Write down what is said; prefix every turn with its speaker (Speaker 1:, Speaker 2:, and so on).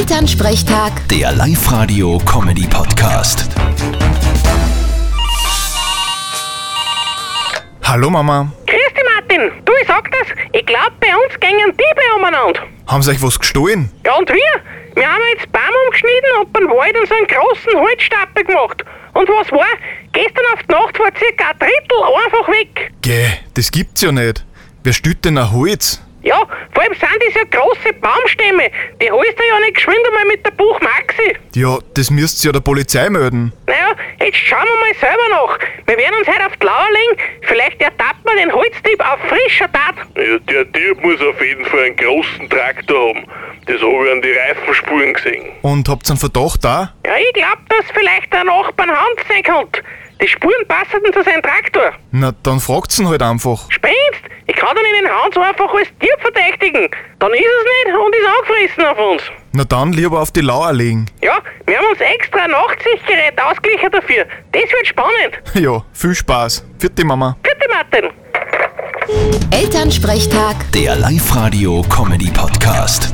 Speaker 1: Elternsprechtag,
Speaker 2: Der Live-Radio-Comedy-Podcast.
Speaker 3: Hallo Mama,
Speaker 4: Grüß dich, Martin. Du, ich sag das, ich glaub, bei uns gängen Diebe umeinander.
Speaker 3: haben Sie euch was gestohlen?
Speaker 4: Ja, und wir? Wir haben jetzt Baum umgeschnitten und beim Wald uns einen großen Holzstapel gemacht. Und was war? Gestern auf die Nacht war circa ein Drittel einfach weg.
Speaker 3: Gäh, das gibt's ja nicht. Wer stützt denn ein Holz?
Speaker 4: Ja, vor allem sind das ja große Baumstämme. Die holst du ja nicht geschwind einmal mit der Buchmaxi.
Speaker 3: Ja, das müsst ihr ja der Polizei melden.
Speaker 4: Naja, jetzt schauen wir mal selber nach. Wir werden uns heute auf die Lauer legen. Vielleicht ertappt man den Holzdieb auf frischer Tat.
Speaker 5: Ja, Also der Dieb muss auf jeden Fall einen großen Traktor haben. Das habe ich an die Reifenspuren gesehen.
Speaker 3: Und habt einen Verdacht da?
Speaker 4: Ja, ich glaub, dass vielleicht der Nachbarn Hans sein könnte. Die Spuren passeten zu seinem Traktor.
Speaker 3: Na, dann fragt's ihn halt einfach.
Speaker 4: Spinnst? Ich kann doch nicht den Hans einfach als Tier verdächtigen. Dann ist es nicht und ist angefressen auf uns.
Speaker 3: Na dann lieber auf die Lauer legen.
Speaker 4: Ja, wir haben uns extra ein Nachtsichtgerät ausgeglichen dafür. Das wird spannend.
Speaker 3: Ja, viel Spaß. Vierte Mama.
Speaker 4: Bitte, Martin.
Speaker 1: Elternsprechtag.
Speaker 2: Der Live-Radio-Comedy-Podcast.